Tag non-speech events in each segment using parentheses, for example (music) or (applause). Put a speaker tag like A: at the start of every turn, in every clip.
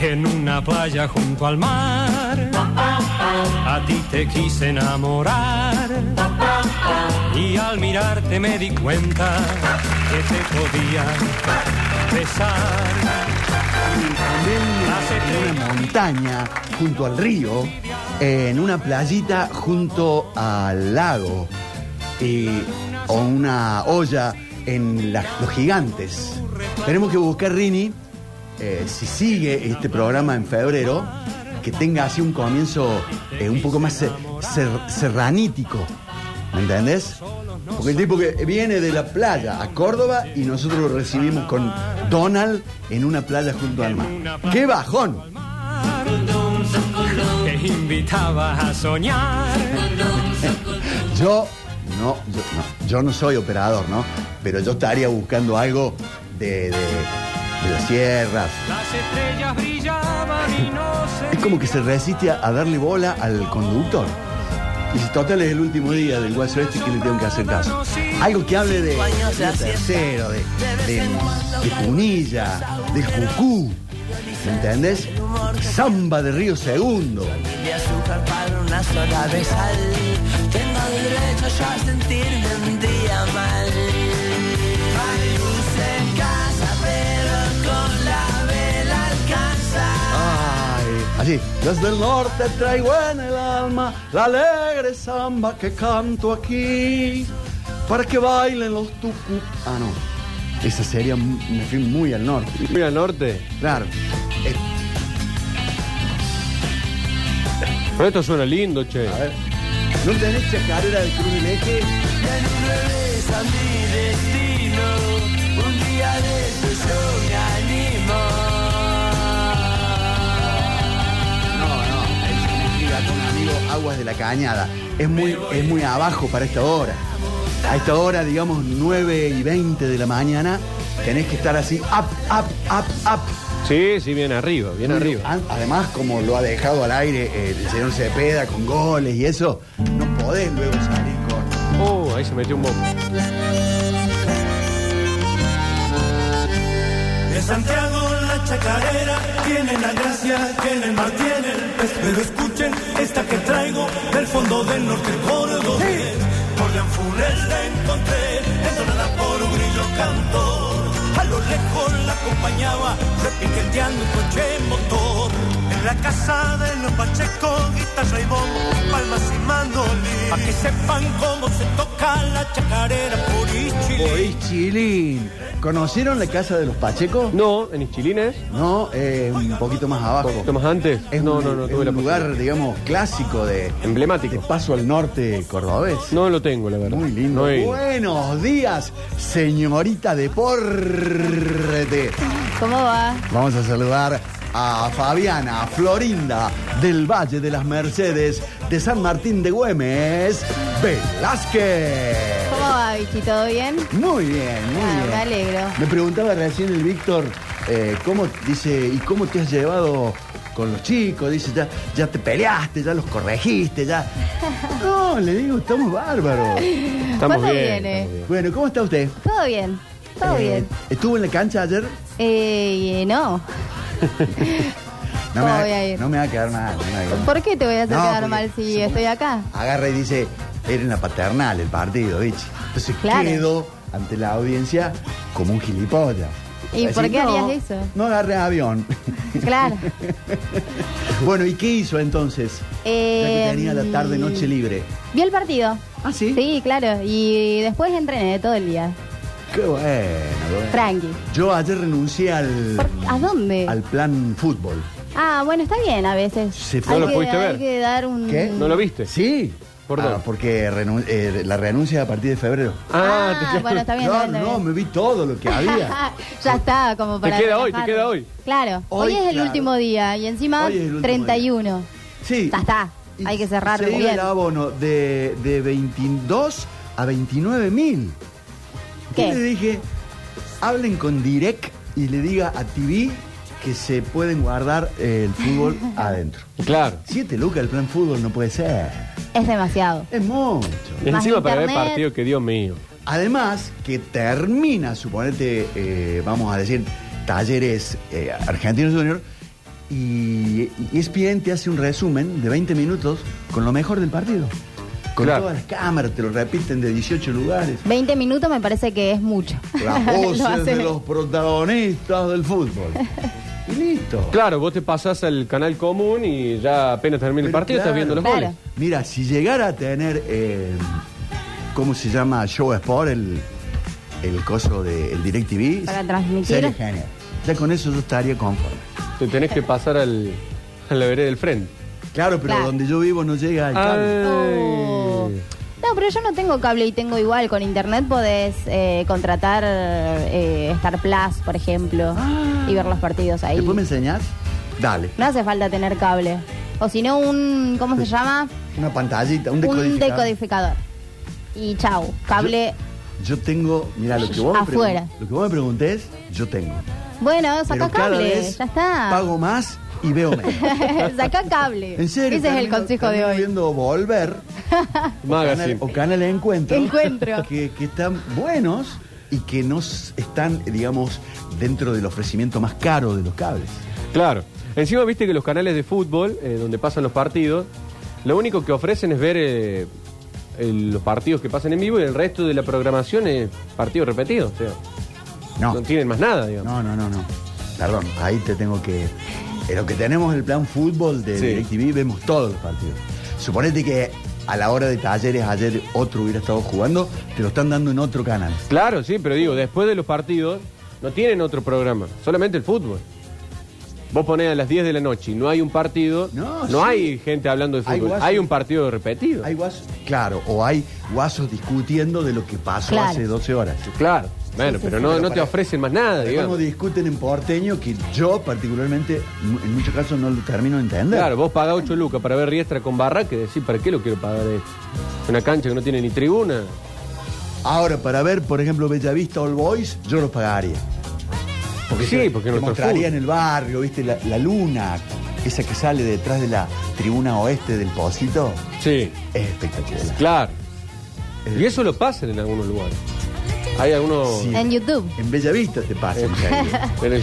A: en una playa junto al mar. A ti te quise enamorar y al mirarte me di cuenta que te podía besar.
B: En una montaña junto al río, en una playita junto al lago y, o una olla en las- los gigantes. Tenemos que buscar Rini, eh, si sigue este programa en febrero, que tenga así un comienzo eh, un poco más ser- ser- serranítico. ¿Me entendés? Porque el tipo que viene de la playa a Córdoba y nosotros lo recibimos con Donald en una playa junto al mar. ¡Qué bajón!
A: Te invitaba a soñar.
B: Yo no, yo no, yo no soy operador, ¿no? Pero yo estaría buscando algo de, de, de las sierras.
A: Las estrellas brillaban y no se
B: Es como que se resiste a, a darle bola al conductor. Y si total es el último día del guaso este que le tengo que hacer caso. Algo que hable de,
C: años de
B: de
C: hacienda.
B: tercero, de, de, de Punilla, de Jucú. ¿Me entendés? Samba de Río Segundo.
C: de azúcar para una sola vez al. Tengo derecho ya a sentirme un día mal. Hay luz en casa, pero con la vela alcanza.
B: Ay, allí. Desde el norte traigo en el alma la alegre samba que canto aquí. Para que bailen los tucu. Ah, no. Esa sería, m- me fui muy al norte.
D: Mira, norte.
B: Claro. Eh,
D: Pero esto suena lindo, che.
B: a ver. ¿No tenés chacarera del Cruz del Eje?
C: Y en un revés a mi destino. Un día de esos yo me animo.
B: No, no. Es un con amigo Aguas de la Cañada. Es muy, es muy abajo para esta hora. A esta hora, digamos, 9 y 20 de la mañana, tenés que estar así, up, up, up, up.
D: Sí, sí, bien arriba, bien arriba.
B: An- Además, como lo ha dejado al aire eh, el señor Cepeda con goles y eso, no podés luego salir con.
D: Oh, ahí se metió un bombo.
E: De Santiago la chacarera tienen la gracia, tienen mar, tienen pez. Pero escuchen esta que traigo del fondo del norte cordobés. Por la Funes la encontré, entonada por un grillo cantor. A lo lejos la acompañaba, repiqueteando un coche en motor. En la casa de los pachecos, guitarra y bombo, palmas y mandolín. Pa' que sepan cómo se toca la chacarera por Ichilí.
B: Oís, Chilín. ¿Conocieron la casa de los Pachecos?
D: No, en Ichilines.
B: No, eh, un poquito más abajo.
D: poquito más antes.
B: Es
D: no,
B: un,
D: no, no,
B: es
D: tuve la
B: un lugar,
D: posibilidad.
B: digamos, clásico de, de
D: Emblemático.
B: paso al norte cordobés.
D: No lo tengo, la verdad.
B: Muy lindo.
D: No he ido.
B: Buenos días, señorita Deporte.
F: ¿Cómo va?
B: Vamos a saludar a Fabiana Florinda del Valle de las Mercedes de San Martín de Güemes, Velázquez.
F: ¿Cómo va, Vichy? ¿Todo bien?
B: Muy bien, muy
F: Ah,
B: bien.
F: me alegro.
B: Me preguntaba recién el Víctor, eh, ¿cómo, dice, ¿y cómo te has llevado con los chicos? Dice, ya, ya te peleaste, ya los corregiste,
F: (laughs)
B: ya. No, le digo, estamos bárbaros.
D: Estamos
F: ¿Cuándo
D: bien.
F: viene?
D: estamos bien.
B: Bueno, ¿cómo está usted?
F: Todo bien, todo
B: Eh,
F: bien.
B: ¿Estuvo en la cancha ayer?
F: Eh, no.
B: No me,
F: ¿Cómo voy a
B: va,
F: ir?
B: no me va a quedar mal. no me va a quedar mal.
F: ¿Por qué te voy a hacer
B: No,
F: quedar
B: porque
F: mal si
B: supongo-
F: estoy acá?
B: agarra y dice, era en la paternal el partido, ¿viste? Entonces
F: Claro.
B: quedo ante la audiencia como un gilipollas.
F: ¿Y
B: Así,
F: por qué
B: no,
F: harías eso?
B: No agarré
F: (laughs)
B: avión.
F: Claro.
B: (laughs) bueno, ¿y qué hizo entonces? Ya que
F: Eh,
B: tenía la tarde noche libre.
F: Vi el partido.
B: Ah, ¿sí?
F: Sí, claro. Y después entrené todo el día.
B: Qué bueno, bueno.
F: Tranqui.
B: Yo ayer renuncié al,
F: ¿Por- ¿A dónde?
B: al plan fútbol.
F: Ah, bueno, está bien a veces.
B: Se fue.
F: hay
D: ¿No lo
F: que,
D: pudiste
F: hay
D: ver?
F: que dar un...
B: ¿Qué?
D: ¿No lo viste?
B: Sí.
D: ¿Por
B: Ah,
D: dónde?
B: porque renun- eh, la renuncia a partir de febrero.
F: Ah,
D: te-
F: bueno, está bien.
B: no,
F: está bien, está
B: no,
F: bien.
B: me vi todo lo que
F: (laughs)
B: había.
F: ya está, como para.
D: queda hoy, te
F: relajarnos.
D: queda hoy.
F: Claro, hoy,
B: Hoy,
F: es el
B: claro.
F: último día y encima
B: Hoy es el último
F: 31.
B: Sí.
F: Ya está,
B: Y
F: hay que cerrar
B: se iba
F: bien.
B: el abono de, de 22 a 29 mil.
F: ¿Qué?
B: Yo le dije, hablen con Direct y le diga a TV que se pueden guardar eh, el fútbol
F: (laughs)
B: adentro.
D: Claro.
B: Siete lucas el plan fútbol no puede ser.
F: Es demasiado.
B: Es mucho.
F: Más
D: Encima para ver
F: internet.
D: partido que Dios mío.
B: Además, que termina, suponete, eh, vamos a decir, Talleres eh, Argentinos Junior, y, E y ESPN te hace un resumen de 20 minutos con lo mejor del partido. Con
D: Claro.
B: todas las cámaras, te lo repiten de 18 lugares.
F: 20 minutos me parece que es mucho.
B: Las
F: (laughs) Lo
B: voces de
F: hace-
B: los protagonistas del fútbol. Y listo.
D: Claro, vos te pasás al canal común y ya apenas termina el
B: Pero
D: partido
B: claro.
D: estás viendo los
F: Claro.
D: goles.
B: Mira, si llegara a tener, eh, ¿cómo se llama? Show Sport, el, el coso del DirecTV.
F: Para transmitir.
B: Sería genial. Ya con eso yo estaría conforme.
D: Te tenés que pasar al, a la vereda del frente.
B: Claro, pero
F: Claro.
B: donde yo vivo no llega el
D: Ah.
B: cable.
F: Oh. No, pero yo no tengo cable y tengo igual. Con internet podés eh, contratar eh, Star Plus, por ejemplo, y ver los partidos ahí.
B: Ah. ¿Después me enseñás? Dale.
F: No hace falta tener cable. O si no, un. ¿Cómo se llama?
B: Una pantallita, un decodificador.
F: Un decodificador. Y chau. Cable.
B: Yo tengo, mira, lo que vos
F: Afuera.
B: me pregun- lo que vos me preguntés, yo tengo.
F: Bueno,
B: Pero
F: saca
B: cada
F: cable.
B: vez
F: Ya está. (laughs)
B: Pago más y veo menos.
F: saca cable.
B: En serio.
F: Ese es el
B: termino-
F: consejo de
B: termino
F: hoy.
B: viendo volver Canal-
D: Magazine.
B: o canal de encuentro.
F: Encuentro.
B: (laughs) Que, que están buenos y que no s- están, digamos, dentro del ofrecimiento más caro de los cables.
D: Claro. Encima viste que los canales de fútbol, eh, donde pasan los partidos, lo único que ofrecen es ver eh, el- los partidos que pasan en vivo y el resto de la programación es partidos repetidos. O sea,
B: No.
D: no. tienen más nada, digamos.
B: No, no, no, no. Perdón, ahí te tengo que. En lo que tenemos el plan fútbol de
D: Sí.
B: DirecTV, vemos todos los partidos. Suponete que a la hora de talleres ayer otro hubiera estado jugando, te lo están dando en otro canal.
D: Claro, sí, pero digo, después de los partidos no tienen otro programa, solamente el fútbol. Vos ponés a las 10 de la noche y no hay un partido,
B: No,
D: no,
B: sí.
D: hay gente hablando de
B: Hay
D: fútbol, hay,
B: guasos.
D: un partido repetido.
B: Hay guasos, claro, o hay guasos discutiendo de lo que pasó
F: Claro.
B: hace 12 horas.
D: Claro, bueno, pero no,
B: Pero
D: no
B: para-
D: te ofrecen más nada,
B: Pero
D: digamos.
B: ¿Cómo discuten en porteño que yo particularmente mu- en muchos casos no lo termino de entender?
D: Claro, vos pagás 8 lucas para ver Riestra con Barra, que decís, ¿para qué lo quiero pagar esto? Una cancha que no tiene ni tribuna.
B: Ahora, para ver, por ejemplo, Bellavista All Boys, yo los pagaría.
D: sí,
B: te-
D: porque
B: te
D: nuestro
B: mostraría
D: fútbol.
B: en el barrio, ¿viste? La, la luna, esa que sale detrás de la tribuna oeste del Pocito,
D: Sí,
B: es espectacular.
D: claro. Y eso lo pasan en algunos lugares. Hay algunos...
B: Sí.
F: En YouTube.
B: En Bellavista te pasa.
D: Eh.
B: en serio.
D: (laughs) Pero-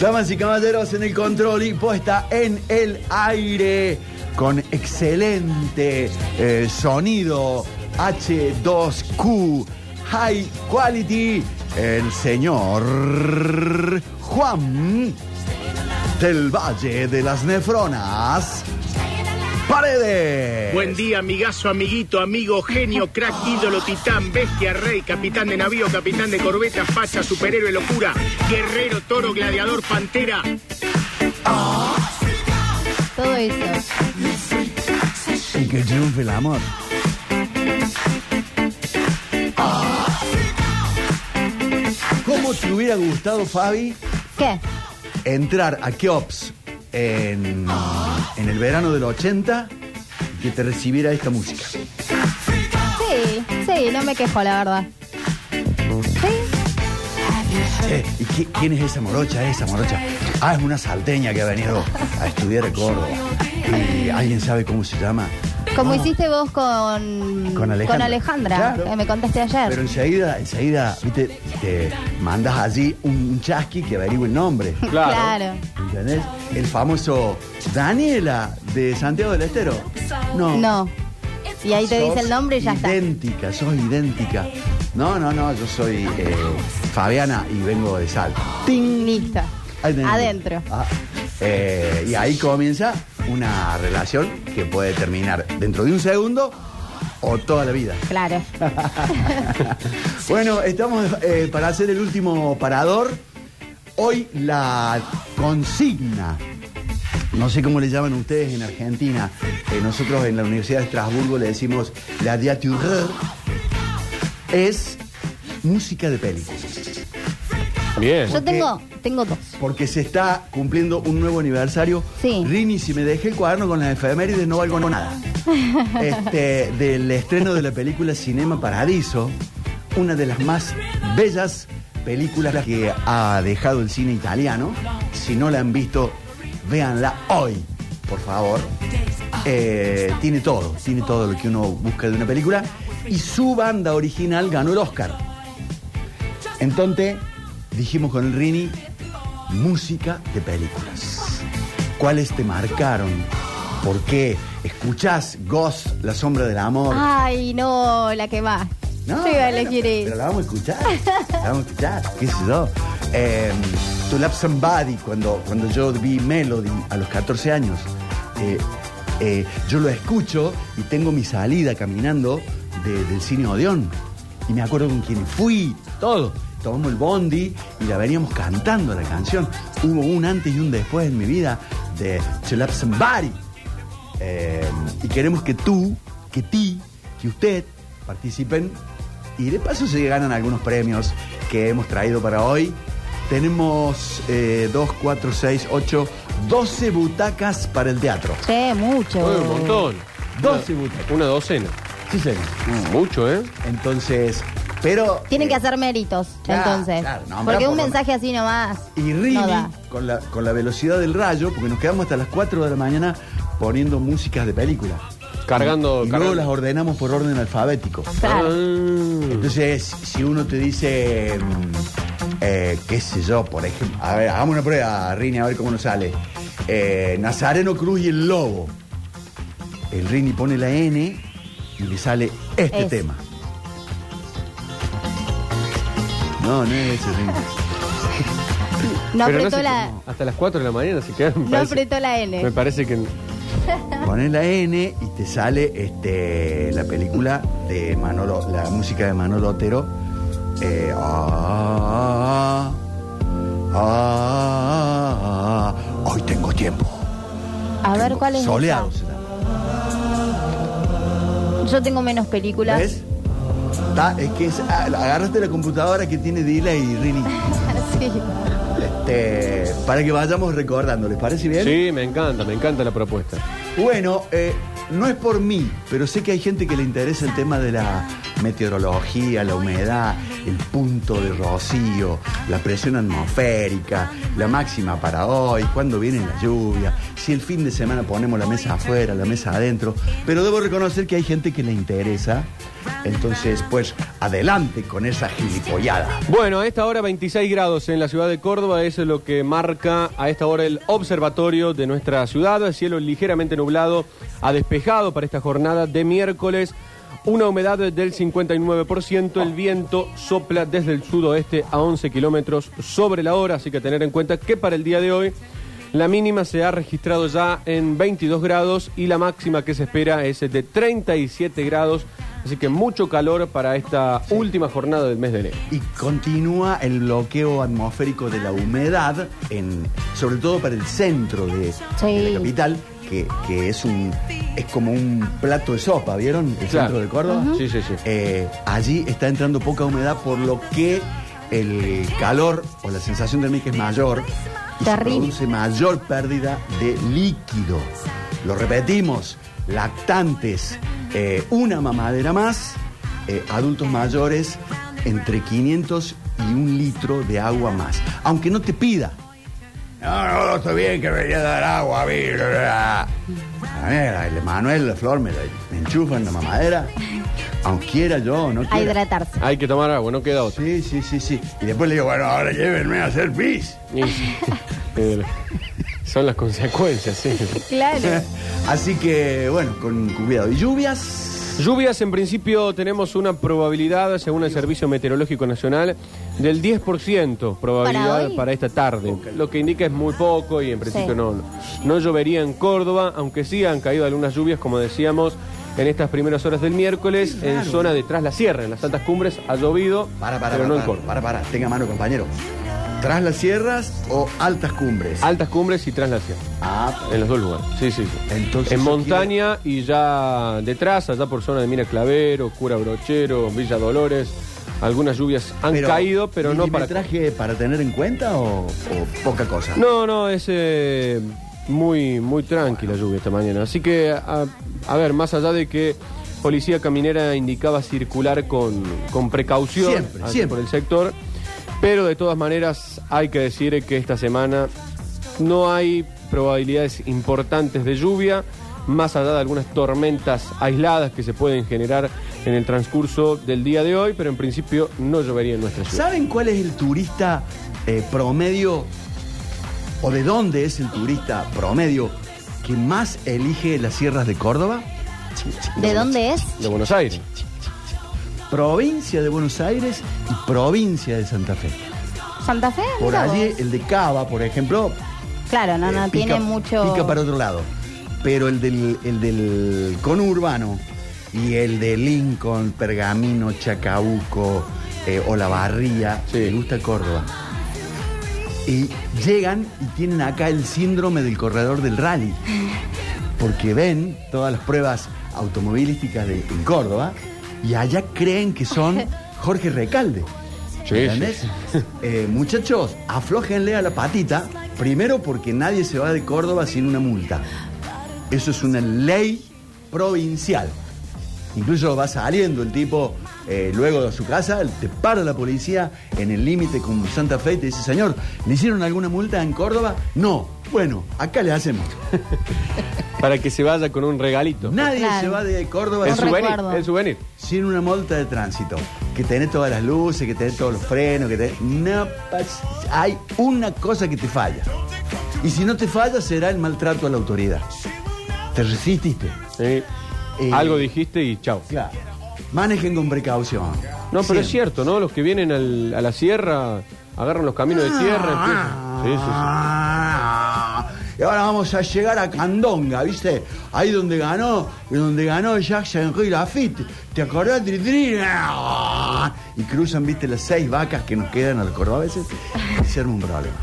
B: Damas y caballeros, en el control y puesta en el aire con excelente eh, sonido H2Q High Quality, el señor Juan del Valle de las Nefronas. Paredes.
G: Buen día, amigazo, amiguito, amigo, genio, crack, ídolo, titán, bestia, rey, capitán de navío, capitán de corbeta, facha, superhéroe, locura, guerrero, toro, gladiador, pantera.
F: Todo eso.
B: Y que triunfe el amor. ¿Cómo te hubiera gustado, Fabi,
F: ¿Qué?
B: entrar a Keops en, en el verano del 80 y que te recibiera esta música?
F: Sí, sí, no me quejo, la verdad. Sí,
B: Che, ¿Y qui- quién es esa morocha? Esa morocha. Ah, es una salteña que ha venido a estudiar a Córdoba. ¿Y alguien sabe cómo se llama?
F: como hiciste vos con,
B: Ah. Con Alejandra.
F: Alejandra,
B: Claro.
F: que me contaste ayer.
B: Pero enseguida, enseguida, viste, te mandas allí un chasqui que averigua el nombre.
D: claro.
B: ¿Entendés? El famoso Daniela de Santiago del Estero. No.
F: No. Y ahí te
B: Sos
F: dice el nombre y ya está.
B: Idéntica, sos idéntica. No, no, no, yo soy eh, Fabiana y vengo de Salto. ¡Ting!
F: Listo.
B: Ahí tenés.
F: Adentro.
B: Ah, eh, y ahí comienza una relación que puede terminar dentro de un segundo o toda la vida. (laughs)
F: Claro.
B: Bueno, estamos eh, para hacer el último parador. Hoy la consigna, no sé cómo le llaman ustedes en Argentina, eh, nosotros en la Universidad de Estrasburgo le decimos la diaturre, es música de película.
D: Bien.
F: Yo tengo, tengo dos.
B: Porque se está cumpliendo un nuevo aniversario.
F: Sí.
B: Rini, si me dejé el cuaderno con las efemérides, no valgo nada. Este, del estreno de la película Cinema Paradiso, una de las más bellas películas que ha dejado el cine italiano. Si no la han visto, véanla hoy, por favor. Eh, tiene todo, tiene todo lo que uno busca de una película. Y su banda original ganó el Oscar. Entonces, dijimos con el Rini, música de películas. cuáles te marcaron. ¿Por qué? ¿Escuchás Ghost, La Sombra del Amor?
F: Ay, no, la que va. No, Yo iba a
B: bueno,
F: elegir
B: pero,
F: esa.
B: la vamos a escuchar. La vamos a escuchar, qué sé yo. Eh, to Love Somebody, cuando, cuando yo vi Melody a los 14 años, eh, eh, yo lo escucho y tengo mi salida caminando de- del cine Odeón. Y me acuerdo con quién fui, todo. Tomamos el bondi y la veníamos cantando la canción. Hubo un antes y un después en mi vida de To Love Somebody. Eh, y queremos que tú, que ti, que usted participen y de paso se ganan algunos premios que hemos traído para hoy. Tenemos eh, 2, 4, 6, 8, 12 butacas para el teatro.
F: Che, mucho.
D: Bueno, un montón.
B: Doce
D: Una-
B: butacas.
D: Una docena.
B: Sí, señor.
D: Mucho, ¿eh?
B: Entonces, pero...
F: Tienen
B: eh,
F: que hacer méritos,
B: claro,
F: entonces.
B: claro, no, hombre,
F: Porque un
B: por lo
F: mensaje así nomás.
B: Y Rini,
F: no da.
B: con, la, con la velocidad del rayo, porque nos quedamos hasta las 4 de la mañana poniendo músicas de película.
D: Cargando.
B: Y luego
D: cargando.
B: las ordenamos por orden alfabético.
F: Claro.
D: Ah.
B: Entonces, si uno te dice, mm, eh, qué sé yo, por ejemplo, a ver, hagamos una prueba, Rini, a ver cómo nos sale. Eh, Nazareno Cruz y el Lobo. El Rini pone la N y le sale este
F: Es.
B: tema. No, no es ese Rini.
F: No
D: Pero
F: apretó
D: sé
F: la.
D: cómo. Hasta las 4 de la mañana se quedaron. me
F: No
D: parece-
F: apretó la
D: Me
F: N.
D: parece que.
B: Pones la N y te sale este, la película de Manolo, la música de Manolo Otero. Eh, ah, ah, ah, ah, hoy tengo tiempo.
F: A ver
B: Tengo-
F: cuál es. esa?
B: Soleado se llama.
F: Yo tengo menos películas.
B: ¿Ves? Está- es que es- ah, agarraste la computadora que tiene delay y Rini.
F: (laughs) sí.
B: Este, para que vayamos recordando, ¿les parece bien?
D: Sí, me encanta, me encanta la propuesta.
B: Bueno, eh, no es por mí, pero sé que hay gente que le interesa el tema de la meteorología, la humedad, el punto de rocío, la presión atmosférica, la máxima para hoy, cuándo viene la lluvia, si el fin de semana ponemos la mesa afuera, la mesa adentro. Pero debo reconocer que hay gente que le interesa. Entonces, pues, adelante con esa gilipollada.
D: Bueno, a esta hora 26 grados en la ciudad de Córdoba, eso es lo que marca a esta hora el observatorio de nuestra ciudad, el cielo ligeramente nublado a despejado para esta jornada de miércoles, una humedad del 59%, el viento sopla desde el sudoeste a 11 kilómetros sobre la hora, así que tener en cuenta que para el día de hoy la mínima se ha registrado ya en 22 grados y la máxima que se espera es de 37 grados, así que mucho calor para esta última jornada del mes de enero.
B: Y continúa el bloqueo atmosférico de la humedad, en, sobre todo para el centro de,
F: Sí.
B: de la capital, que, que es un es como un plato de sopa, ¿vieron? El
D: Claro.
B: centro de Córdoba.
D: Ujú. Sí, sí, sí.
B: Eh, allí está entrando poca humedad, por lo que el calor o la sensación térmica es mayor y se
F: Terrible.
B: produce mayor pérdida de líquido. Lo repetimos, lactantes, eh, una mamadera más, eh, adultos mayores, entre 500 y un litro de agua más. Aunque no te pida. No, no, no, está bien que me voy a dar agua, a mí. A ver, el Manuel, la flor, me, la, me enchufan la mamadera. Aunque quiera yo, no
F: A
B: quiera.
F: hidratarse.
D: Hay que tomar agua, no queda otra.
B: Sí, sí, sí, sí. Y después le digo, bueno, ahora llévenme a hacer pis.
D: Y- eh, son las consecuencias, sí.
F: Claro.
B: Así que, bueno, con cuidado. ¿Y lluvias?
D: Lluvias, en principio tenemos una probabilidad, según el Servicio Meteorológico Nacional, del 10% probabilidad
F: ¿Para
D: para,
F: hoy?
D: esta tarde. Lo que indica es muy poco y en principio
F: Sí.
D: no, no llovería en Córdoba, aunque sí han caído algunas lluvias, como decíamos, en estas primeras horas del miércoles, en zona de Tras la Sierra, en las altas cumbres, ha llovido,
B: Para, para,
D: pero
B: para,
D: no en
B: para,
D: Córdoba.
B: para, para. Tenga mano, compañero. ¿Tras las sierras o altas cumbres?
D: Altas cumbres y Tras la Sierra.
B: Ah,
D: En los dos lugares, sí, sí. sí.
B: Entonces,
D: en
B: yo
D: montaña y ya detrás, allá por zona de Mina Clavero, Cura Brochero, Villa Dolores, algunas lluvias han caído, pero no para...
B: traje para tener en cuenta o, o poca cosa?
D: No, no, es eh, muy, muy tranquila lluvia esta mañana. Así que, a, a ver, más allá de que Policía Caminera indicaba circular con, con precaución
B: Siempre,
D: allí
B: siempre.
D: por el sector, pero de todas maneras hay que decir que esta semana no hay probabilidades importantes de lluvia, más allá de algunas tormentas aisladas que se pueden generar en el transcurso del día de hoy, pero en principio no llovería en nuestra ciudad.
B: ¿Saben cuál es el turista eh, promedio o de dónde es el turista promedio que más elige las sierras de Córdoba?
F: ¿De dónde es?
D: De Buenos Aires.
B: Provincia de Buenos Aires y provincia de Santa Fe.
F: ¿Santa Fe?
B: Por
F: Ah, Mira
B: allí,
F: vos.
B: el de Cava, por ejemplo,
F: Claro, no,
B: eh,
F: no,
B: pica-
F: tiene mucho...
B: Pica para otro lado. Pero el del, el del conurbano y el de Lincoln, Pergamino, Chacabuco eh, Olavarría,
D: Sí.
B: me gusta Córdoba. Y llegan y tienen acá el síndrome del corredor del rally. Porque ven todas las pruebas automovilísticas de, en Córdoba y allá creen que
F: (laughs)
B: son Jorge Recalde.
D: Sí,
B: ¿Entendés? Eh, muchachos, aflójenle a la patita. Primero porque nadie se va de Córdoba sin una multa. Eso es una ley provincial. Incluso va saliendo el tipo eh, luego de su casa, te para la policía en el límite con Santa Fe y te dice, señor, ¿le hicieron alguna multa en Córdoba? No. Bueno, acá le hacemos.
D: Para que se vaya con un regalito.
B: Nadie
F: Claro.
B: se va de Córdoba
D: el
F: Es un
B: sin-
D: souvenir.
F: recuerdo.
D: El souvenir.
B: sin una multa de tránsito. Que tenés todas las luces, que tenés todos los frenos, que tenés... No pas- Hay una cosa que te falla. Y si no te falla, será el maltrato a la autoridad. Te resististe.
D: Sí.
B: Eh,
D: Algo dijiste y chao.
B: Claro. Manejen con precaución.
D: No, pero es
B: Siempre.
D: cierto, ¿no? Los que vienen al- a la sierra agarran los caminos de tierra. empiezan- Sí, sí, sí.
B: Ah, Y ahora vamos a llegar a Candonga, ¿viste? Ahí donde ganó, donde ganó Jackson Henry Lafitte. ¿Te acordás? Dri, dri, ah. Y cruzan, ¿viste? Las seis vacas que nos quedan al cordobeses y se arma un problema.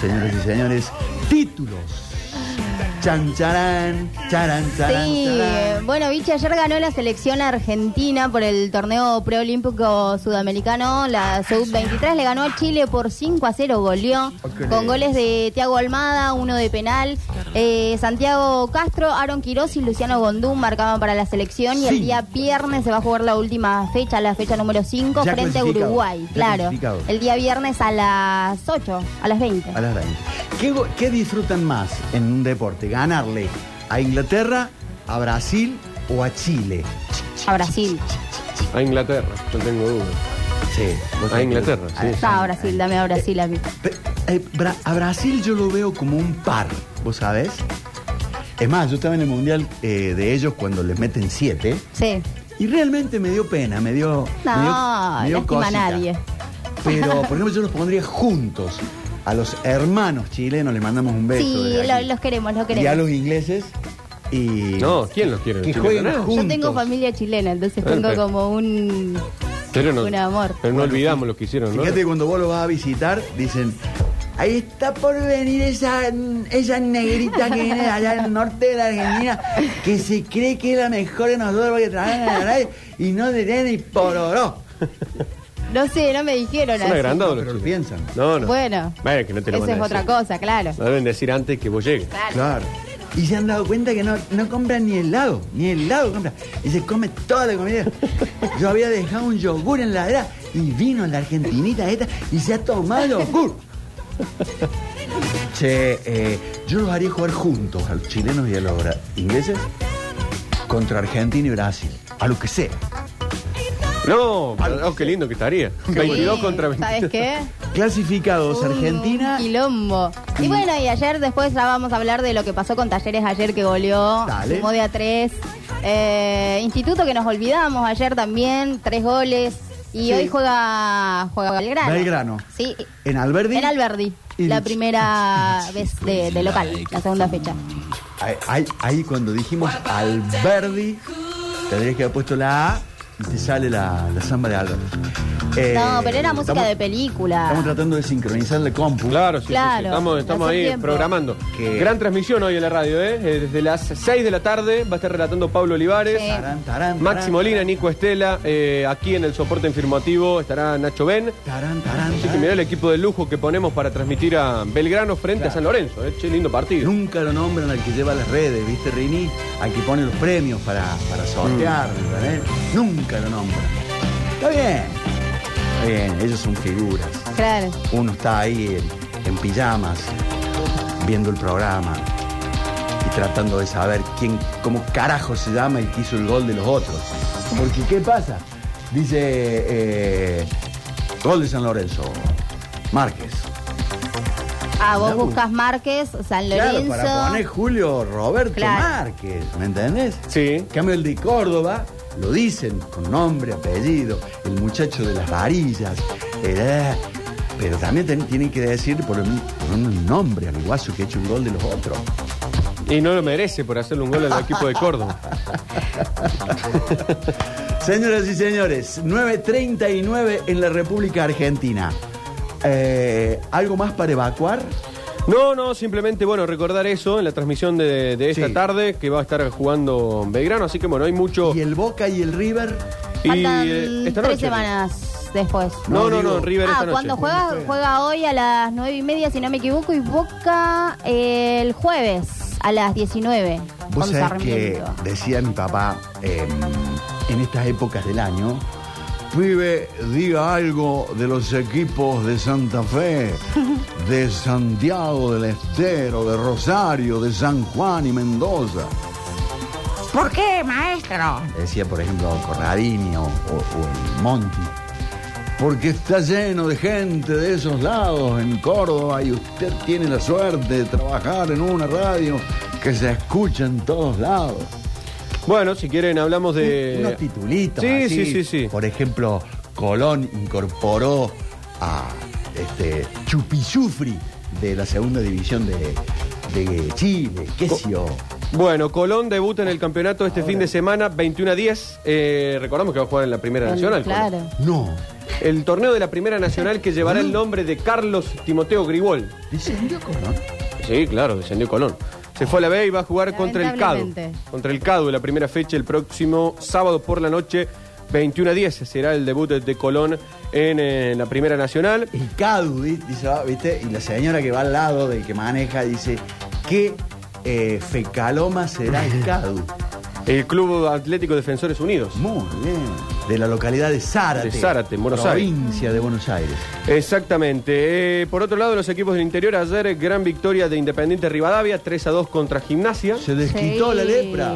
B: Señoras y señores, títulos. Chan, charán, charán, charán,
F: Sí, eh,
B: charán.
F: bueno, Vichy ayer ganó la selección argentina por el torneo preolímpico sudamericano, la sub-23, le ganó a Chile por 5 a 0, goleó,
B: Ok.
F: con goles de Tiago Almada, uno de penal, eh, Santiago Castro, Aaron Quirós y Luciano Gondú marcaban para la selección
B: Sí.
F: y el día viernes se va a jugar la última fecha, la fecha número 5,
B: Ya
F: frente a
B: clasificado,
F: Uruguay,
B: ya
F: claro,
B: clasificado.
F: el día viernes a las 8, a las 20.
B: A las grandes. ¿Qué, go- qué disfrutan más en un deporte? ¿Ganarle a Inglaterra, a Brasil o a Chile?
F: A Brasil.
D: A Inglaterra, no tengo duda.
B: Sí,
D: A Ah, Inglaterra, sí.
F: No, a Ah, Brasil, dame a Brasil a mí.
B: Pe- eh, Bra- a Brasil yo lo veo como un par, ¿vos sabés? Es más, yo estaba en el mundial eh, de ellos cuando les meten siete
F: Sí.
B: y realmente me dio pena, me dio.
F: No,
B: me dio- me dio
F: lástima a
B: cosita.
F: nadie. (laughs)
B: Pero, por ejemplo, yo los pondría juntos. A los hermanos chilenos les mandamos un beso.
F: Sí,
B: desde
F: lo-
B: aquí.
F: los queremos, los
B: Y a
F: queremos.
B: los ingleses. Y
D: No, ¿quién los quiere?
B: Que
D: ¿Los
B: jueguen
D: chilenos?
B: juntos.
F: Yo tengo familia chilena, entonces
D: Ah,
F: tengo
D: pero-
F: como un...
D: Pero no,
F: Un amor.
D: Pero no olvidamos lo que hicieron, ¿no?
B: Fíjate que cuando vos lo vas a visitar, dicen, ahí está por venir esa, esa negrita que viene de allá del norte de la Argentina, que se cree que es la mejor de nosotros porque trabaja en la radio y no diré ni pororó.
F: No sé, no me dijeron
D: Son
F: así.
D: agrandados los
B: Pero lo
D: chilenos.
B: piensan.
D: No, no.
F: Bueno,
D: Bueno, que no te lo
F: eso
D: van a
F: es
D: decir.
F: otra cosa, claro.
D: Lo deben decir antes que vos llegues.
B: Claro. Y se han dado cuenta que no, no compran ni helado, ni helado compran. Y se come toda la (laughs) comida. Yo había dejado un yogur en la era y vino la argentinita esta y se ha tomado el yogur. Che, eh, yo los haría jugar juntos a los chilenos y a los bra- ingleses contra Argentina y Brasil. A lo que sea.
D: No, pero, oh, qué lindo que estaría. 22
F: Sí,
D: contra
F: ¿Sabes
D: 22.
F: qué?
B: Clasificados
F: Un
B: Argentina.
F: Quilombo. Y bueno, y ayer después ya vamos a hablar de lo que pasó con Talleres ayer que goleó.
B: Dale.
F: Sumó de a tres. Eh, instituto que nos olvidamos ayer también, tres goles. Y hoy juega, juega Belgrano.
B: Belgrano.
F: Sí.
B: En Alberdi.
F: En Alberdi.
B: Y-
F: La primera vez de, de local, la segunda fecha.
B: Ahí, ahí- ahí cuando dijimos Alberdi, tendrías que haber puesto la A y te sale la, la samba de Alberdi. Eh,
F: No, pero era música
B: estamos-
F: de Eh. película.
B: Estamos tratando de sincronizar la compu.
D: Claro, sí, sí, sí.
F: Claro,
D: Estamos, estamos
F: hace
D: ahí
F: tiempo.
D: programando.
B: Que-
D: Gran transmisión hoy en la radio, ¿eh? Eh, Desde las 6 de la tarde va a estar relatando Pablo Olivares.
F: Sí.
B: Tarán, tarán,
D: Maxi
B: tarán,
D: Molina, Nico Estela, eh, aquí en el soporte informativo estará Nacho Ben.
B: Tarán, tarán,
D: Así que
B: tarán.
D: mirá el equipo de lujo que ponemos para transmitir a Belgrano frente
B: Claro.
D: a San Lorenzo. ¿eh? Che, lindo partido.
B: Nunca lo nombran al que lleva las redes, ¿viste, Rini? Al que pone los premios para, para sortear, ¿entendés? Nunca lo nombran. Está bien. Está bien, ellos son figuras.
F: Claro.
B: Uno está ahí en, en pijamas, viendo el programa y tratando de saber quién, cómo carajo se llama el que hizo el gol de los otros. Porque, ¿qué pasa? Dice, eh, gol de San Lorenzo, Márquez.
F: Ah, vos
B: Claro.
F: buscas Márquez, San
B: Claro,
F: Lorenzo.
B: para poner Julio Roberto
F: Claro.
B: Márquez, ¿me entendés?
D: Sí.
B: En cambio, el de Córdoba lo dicen con nombre, apellido, el muchacho de las varillas. el, eh, pero también ten- tienen que decir por un, por un nombre al guaso que ha hecho un gol de los otros.
D: Y no lo merece por hacerle un gol al equipo
B: (laughs)
D: de Córdoba.
B: Señoras y señores, 9.39 en la República Argentina. Eh, ¿Algo más para evacuar?
D: No, no, simplemente, bueno, recordar eso en la transmisión de, de esta
B: Sí.
D: tarde, que va a estar jugando Belgrano, así que bueno, hay mucho...
B: ¿Y el Boca y el River?
F: Faltan
D: eh, esta
F: tres
D: noche.
F: semanas después.
D: No,
B: No,
D: no, no,
B: digo-
D: River
F: ah,
D: esta noche.
F: cuando juega, juega hoy a las nueve y media, si no me equivoco, y Boca eh, el jueves a las 19.
B: Vos
F: con
B: sabés que
F: Sarmiento.
B: decía mi papá eh, en estas épocas del año, pibe, diga algo de los equipos de
H: (laughs)
B: Santa Fe, de Santiago del Estero, de Rosario, de San Juan y Mendoza.
H: ¿Por qué, maestro?
B: Decía, por ejemplo, Corradini o, o- o el Monti. Porque está lleno de gente de esos lados en Córdoba y usted tiene la suerte de trabajar en una radio que se escucha en todos lados.
D: Bueno, si quieren hablamos de...
B: unos titulitos.
D: Sí,
B: así.
D: sí, sí, sí.
B: Por ejemplo, Colón incorporó a este Chupichufri de la segunda división de, de Chile. ¿Qué sé yo?
D: Bueno, Colón debuta en el campeonato este fin de semana, 21 a 10. Eh, recordamos que va a jugar en la Primera
F: El-
D: Nacional.
F: Claro.
D: Colón.
B: No.
D: El torneo de la Primera Nacional que llevará el nombre de Carlos Timoteo Gribol.
B: ¿Descendió Colón?
D: Sí, claro, descendió Colón. Se fue a la B y va a jugar contra el CADU.
F: Lamentablemente.
D: Contra el CADU, la primera fecha el próximo sábado por la noche, 21 a 10. Será el debut de Colón en eh, la Primera Nacional.
B: El Cadu, di- dice, ah, ¿viste? Y la señora que va al lado del que maneja dice, ¿qué eh, fecaloma será el Cadu?
D: El Club Atlético Defensores Unidos.
B: Muy bien. De la localidad de Zárate.
D: De Zárate, en Buenos Aires.
B: provincia de Buenos Aires.
D: Exactamente. Eh, por otro lado, los equipos del interior ayer, eh, gran victoria de Independiente Rivadavia, 3 a 2 contra Gimnasia.
B: Se desquitó
F: Sí.
B: la lepra.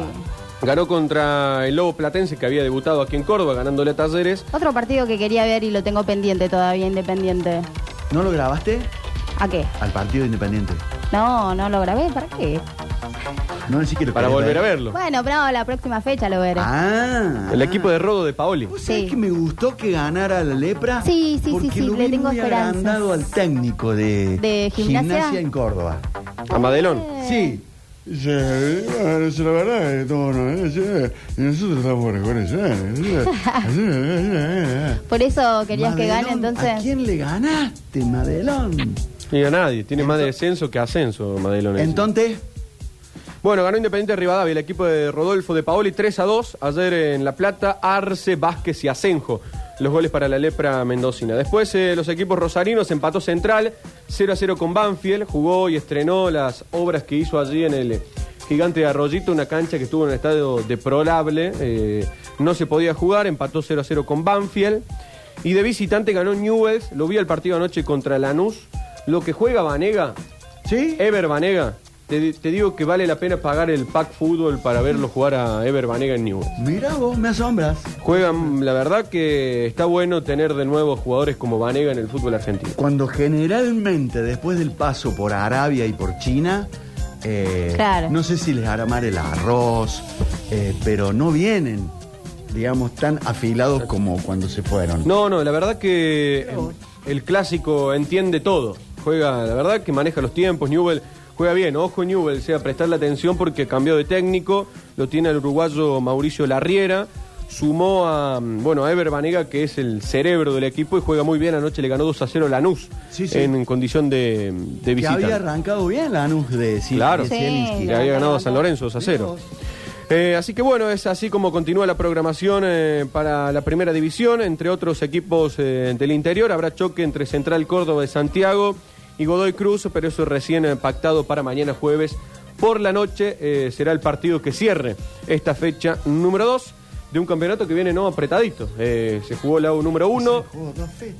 D: Ganó contra el Lobo Platense, que había debutado aquí en Córdoba, ganándole a Talleres.
F: Otro partido que quería ver y lo tengo pendiente todavía, independiente.
B: ¿No lo grabaste?
F: ¿A qué?
B: Al partido independiente.
F: No, no lo grabé, ¿para qué?
B: No decís que lo
D: Para
B: querés
D: volver a
B: ver.
D: verlo.
F: Bueno, pero la próxima fecha lo veré.
B: Ah.
D: El equipo de Rodo de Paoli.
B: ¿Vos sabés
F: Sí.
B: que me gustó que ganara la lepra?
F: Sí, sí, sí,
B: Porque
F: sí,
B: lo
F: le
B: vi
F: tengo
B: muy
F: esperanzas.
B: agrandado al técnico de,
F: ¿De gimnasia?
B: en Córdoba.
D: A Madelón.
B: Sí.
I: Sí, bueno, es la verdad que todo no es, eh, y nosotros estamos por con eso, eh, eh, eh, eh.
F: Por eso querías que gane,
B: Madelón, ¿A
F: entonces.
B: quién le ganaste, Madelón?
D: Y a nadie. Tiene más descenso que ascenso, Madelón.
B: Entonces,
D: Bueno, ganó Independiente Rivadavia, el equipo de Rodolfo de Paoli 3 a 2. Ayer en La Plata, Arce, Vázquez y Asenjo. Los goles para la lepra mendocina. Después eh, los equipos rosarinos empató Central 0 a 0 con Banfield. Jugó y estrenó las obras que hizo allí en el eh, gigante de Arroyito, una cancha que estuvo en un estado deplorable. eh, no se podía jugar, empató 0 a 0 con Banfield. Y de visitante ganó Newells. Lo vi al partido anoche contra Lanús. Lo que juega Vanega
B: ¿sí?
D: Ever Banega. Te, te digo que vale la pena pagar el pack fútbol para verlo jugar a Ever Banega en Newell's.
B: Mira vos, me asombras.
D: Juegan, la verdad que está bueno tener de nuevo jugadores como Banega en el fútbol argentino.
B: Cuando generalmente después del paso por Arabia y por China, eh,
F: Claro.
B: no sé si les hará mal el arroz, eh, pero no vienen, digamos, tan afilados como cuando se fueron.
D: No, no, la verdad que eh, el clásico entiende todo. Juega, la verdad que maneja los tiempos. Newell juega bien. Ojo Newell, sea prestarle atención porque cambió de técnico. Lo tiene el uruguayo Mauricio Larriera. Sumó a, mm, bueno, a Ever Banega, que es el cerebro del equipo y juega muy bien. Anoche le ganó 2 a 0 Lanús
B: Sí, sí.
D: en condición de, de
B: que había
D: visita.
B: arrancado bien la Lanús de Sil-
D: Claro,
B: de
F: Sí.
B: Zielinski.
D: le había ganado a San Lorenzo 2 a 0. Eh, así que bueno, es así como continúa la programación eh, para la primera división. Entre otros equipos eh, del interior habrá choque entre Central Córdoba de Santiago y Godoy Cruz, pero eso recién eh, pactado para mañana jueves por la noche. eh, será el partido que cierre esta fecha número 2 de un campeonato que viene no apretadito. Eh, se jugó la U número 1.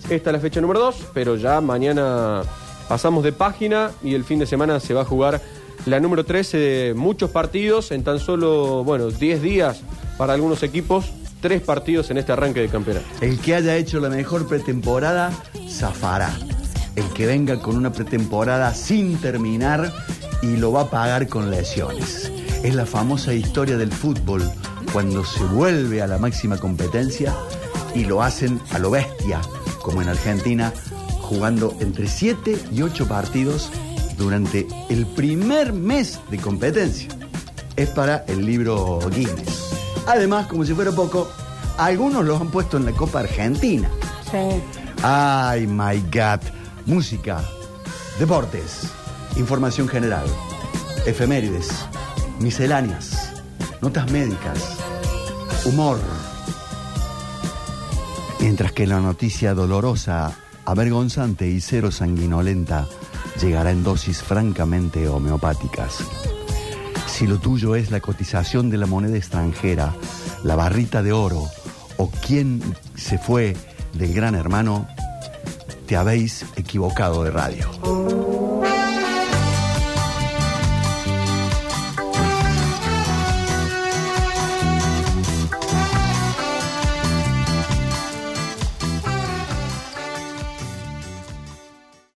D: Esta es la fecha número 2, pero ya mañana pasamos de página y el fin de semana se va a jugar la número 13 de muchos partidos en tan solo, bueno, 10 días para algunos equipos, tres partidos en este arranque de campeonato.
B: El que haya hecho la mejor pretemporada, zafará. el que venga con una pretemporada sin terminar y lo va a pagar con lesiones. Es la famosa historia del fútbol cuando se vuelve a la máxima competencia y lo hacen a lo bestia, como en Argentina, jugando entre 7 y 8 partidos durante el primer mes de competencia. Es para el libro Guinness. Además, como si fuera poco, algunos los han puesto en la Copa Argentina.
F: Sí.
B: Ay, my God. Música, deportes, información general, efemérides, misceláneas, notas médicas, humor. Mientras que la noticia dolorosa, avergonzante y cero sanguinolenta llegará en dosis francamente homeopáticas. Si lo tuyo es la cotización de la moneda extranjera, la barrita de oro o quién se fue del gran hermano, te habéis equivocado de radio.